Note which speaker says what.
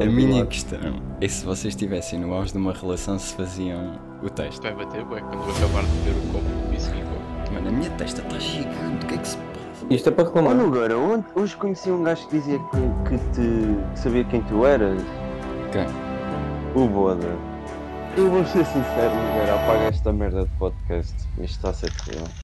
Speaker 1: A minha É questão é se vocês estivessem no auge de uma relação se faziam o
Speaker 2: Isto
Speaker 1: texto.
Speaker 2: vai é bater, ué, quando eu acabar de beber o copo de whisky com
Speaker 1: Mano, a minha testa está gigante, o que é que se passa?
Speaker 3: Isto é para
Speaker 4: Ó
Speaker 3: reclamar.
Speaker 4: Nogueira, ontem- hoje conheci um gajo que dizia que, que te que sabia quem tu eras.
Speaker 1: Quem?
Speaker 4: O Boda. Eu vou ser sincero, Nogueira, apaga esta merda de podcast. Isto está a ser terrível.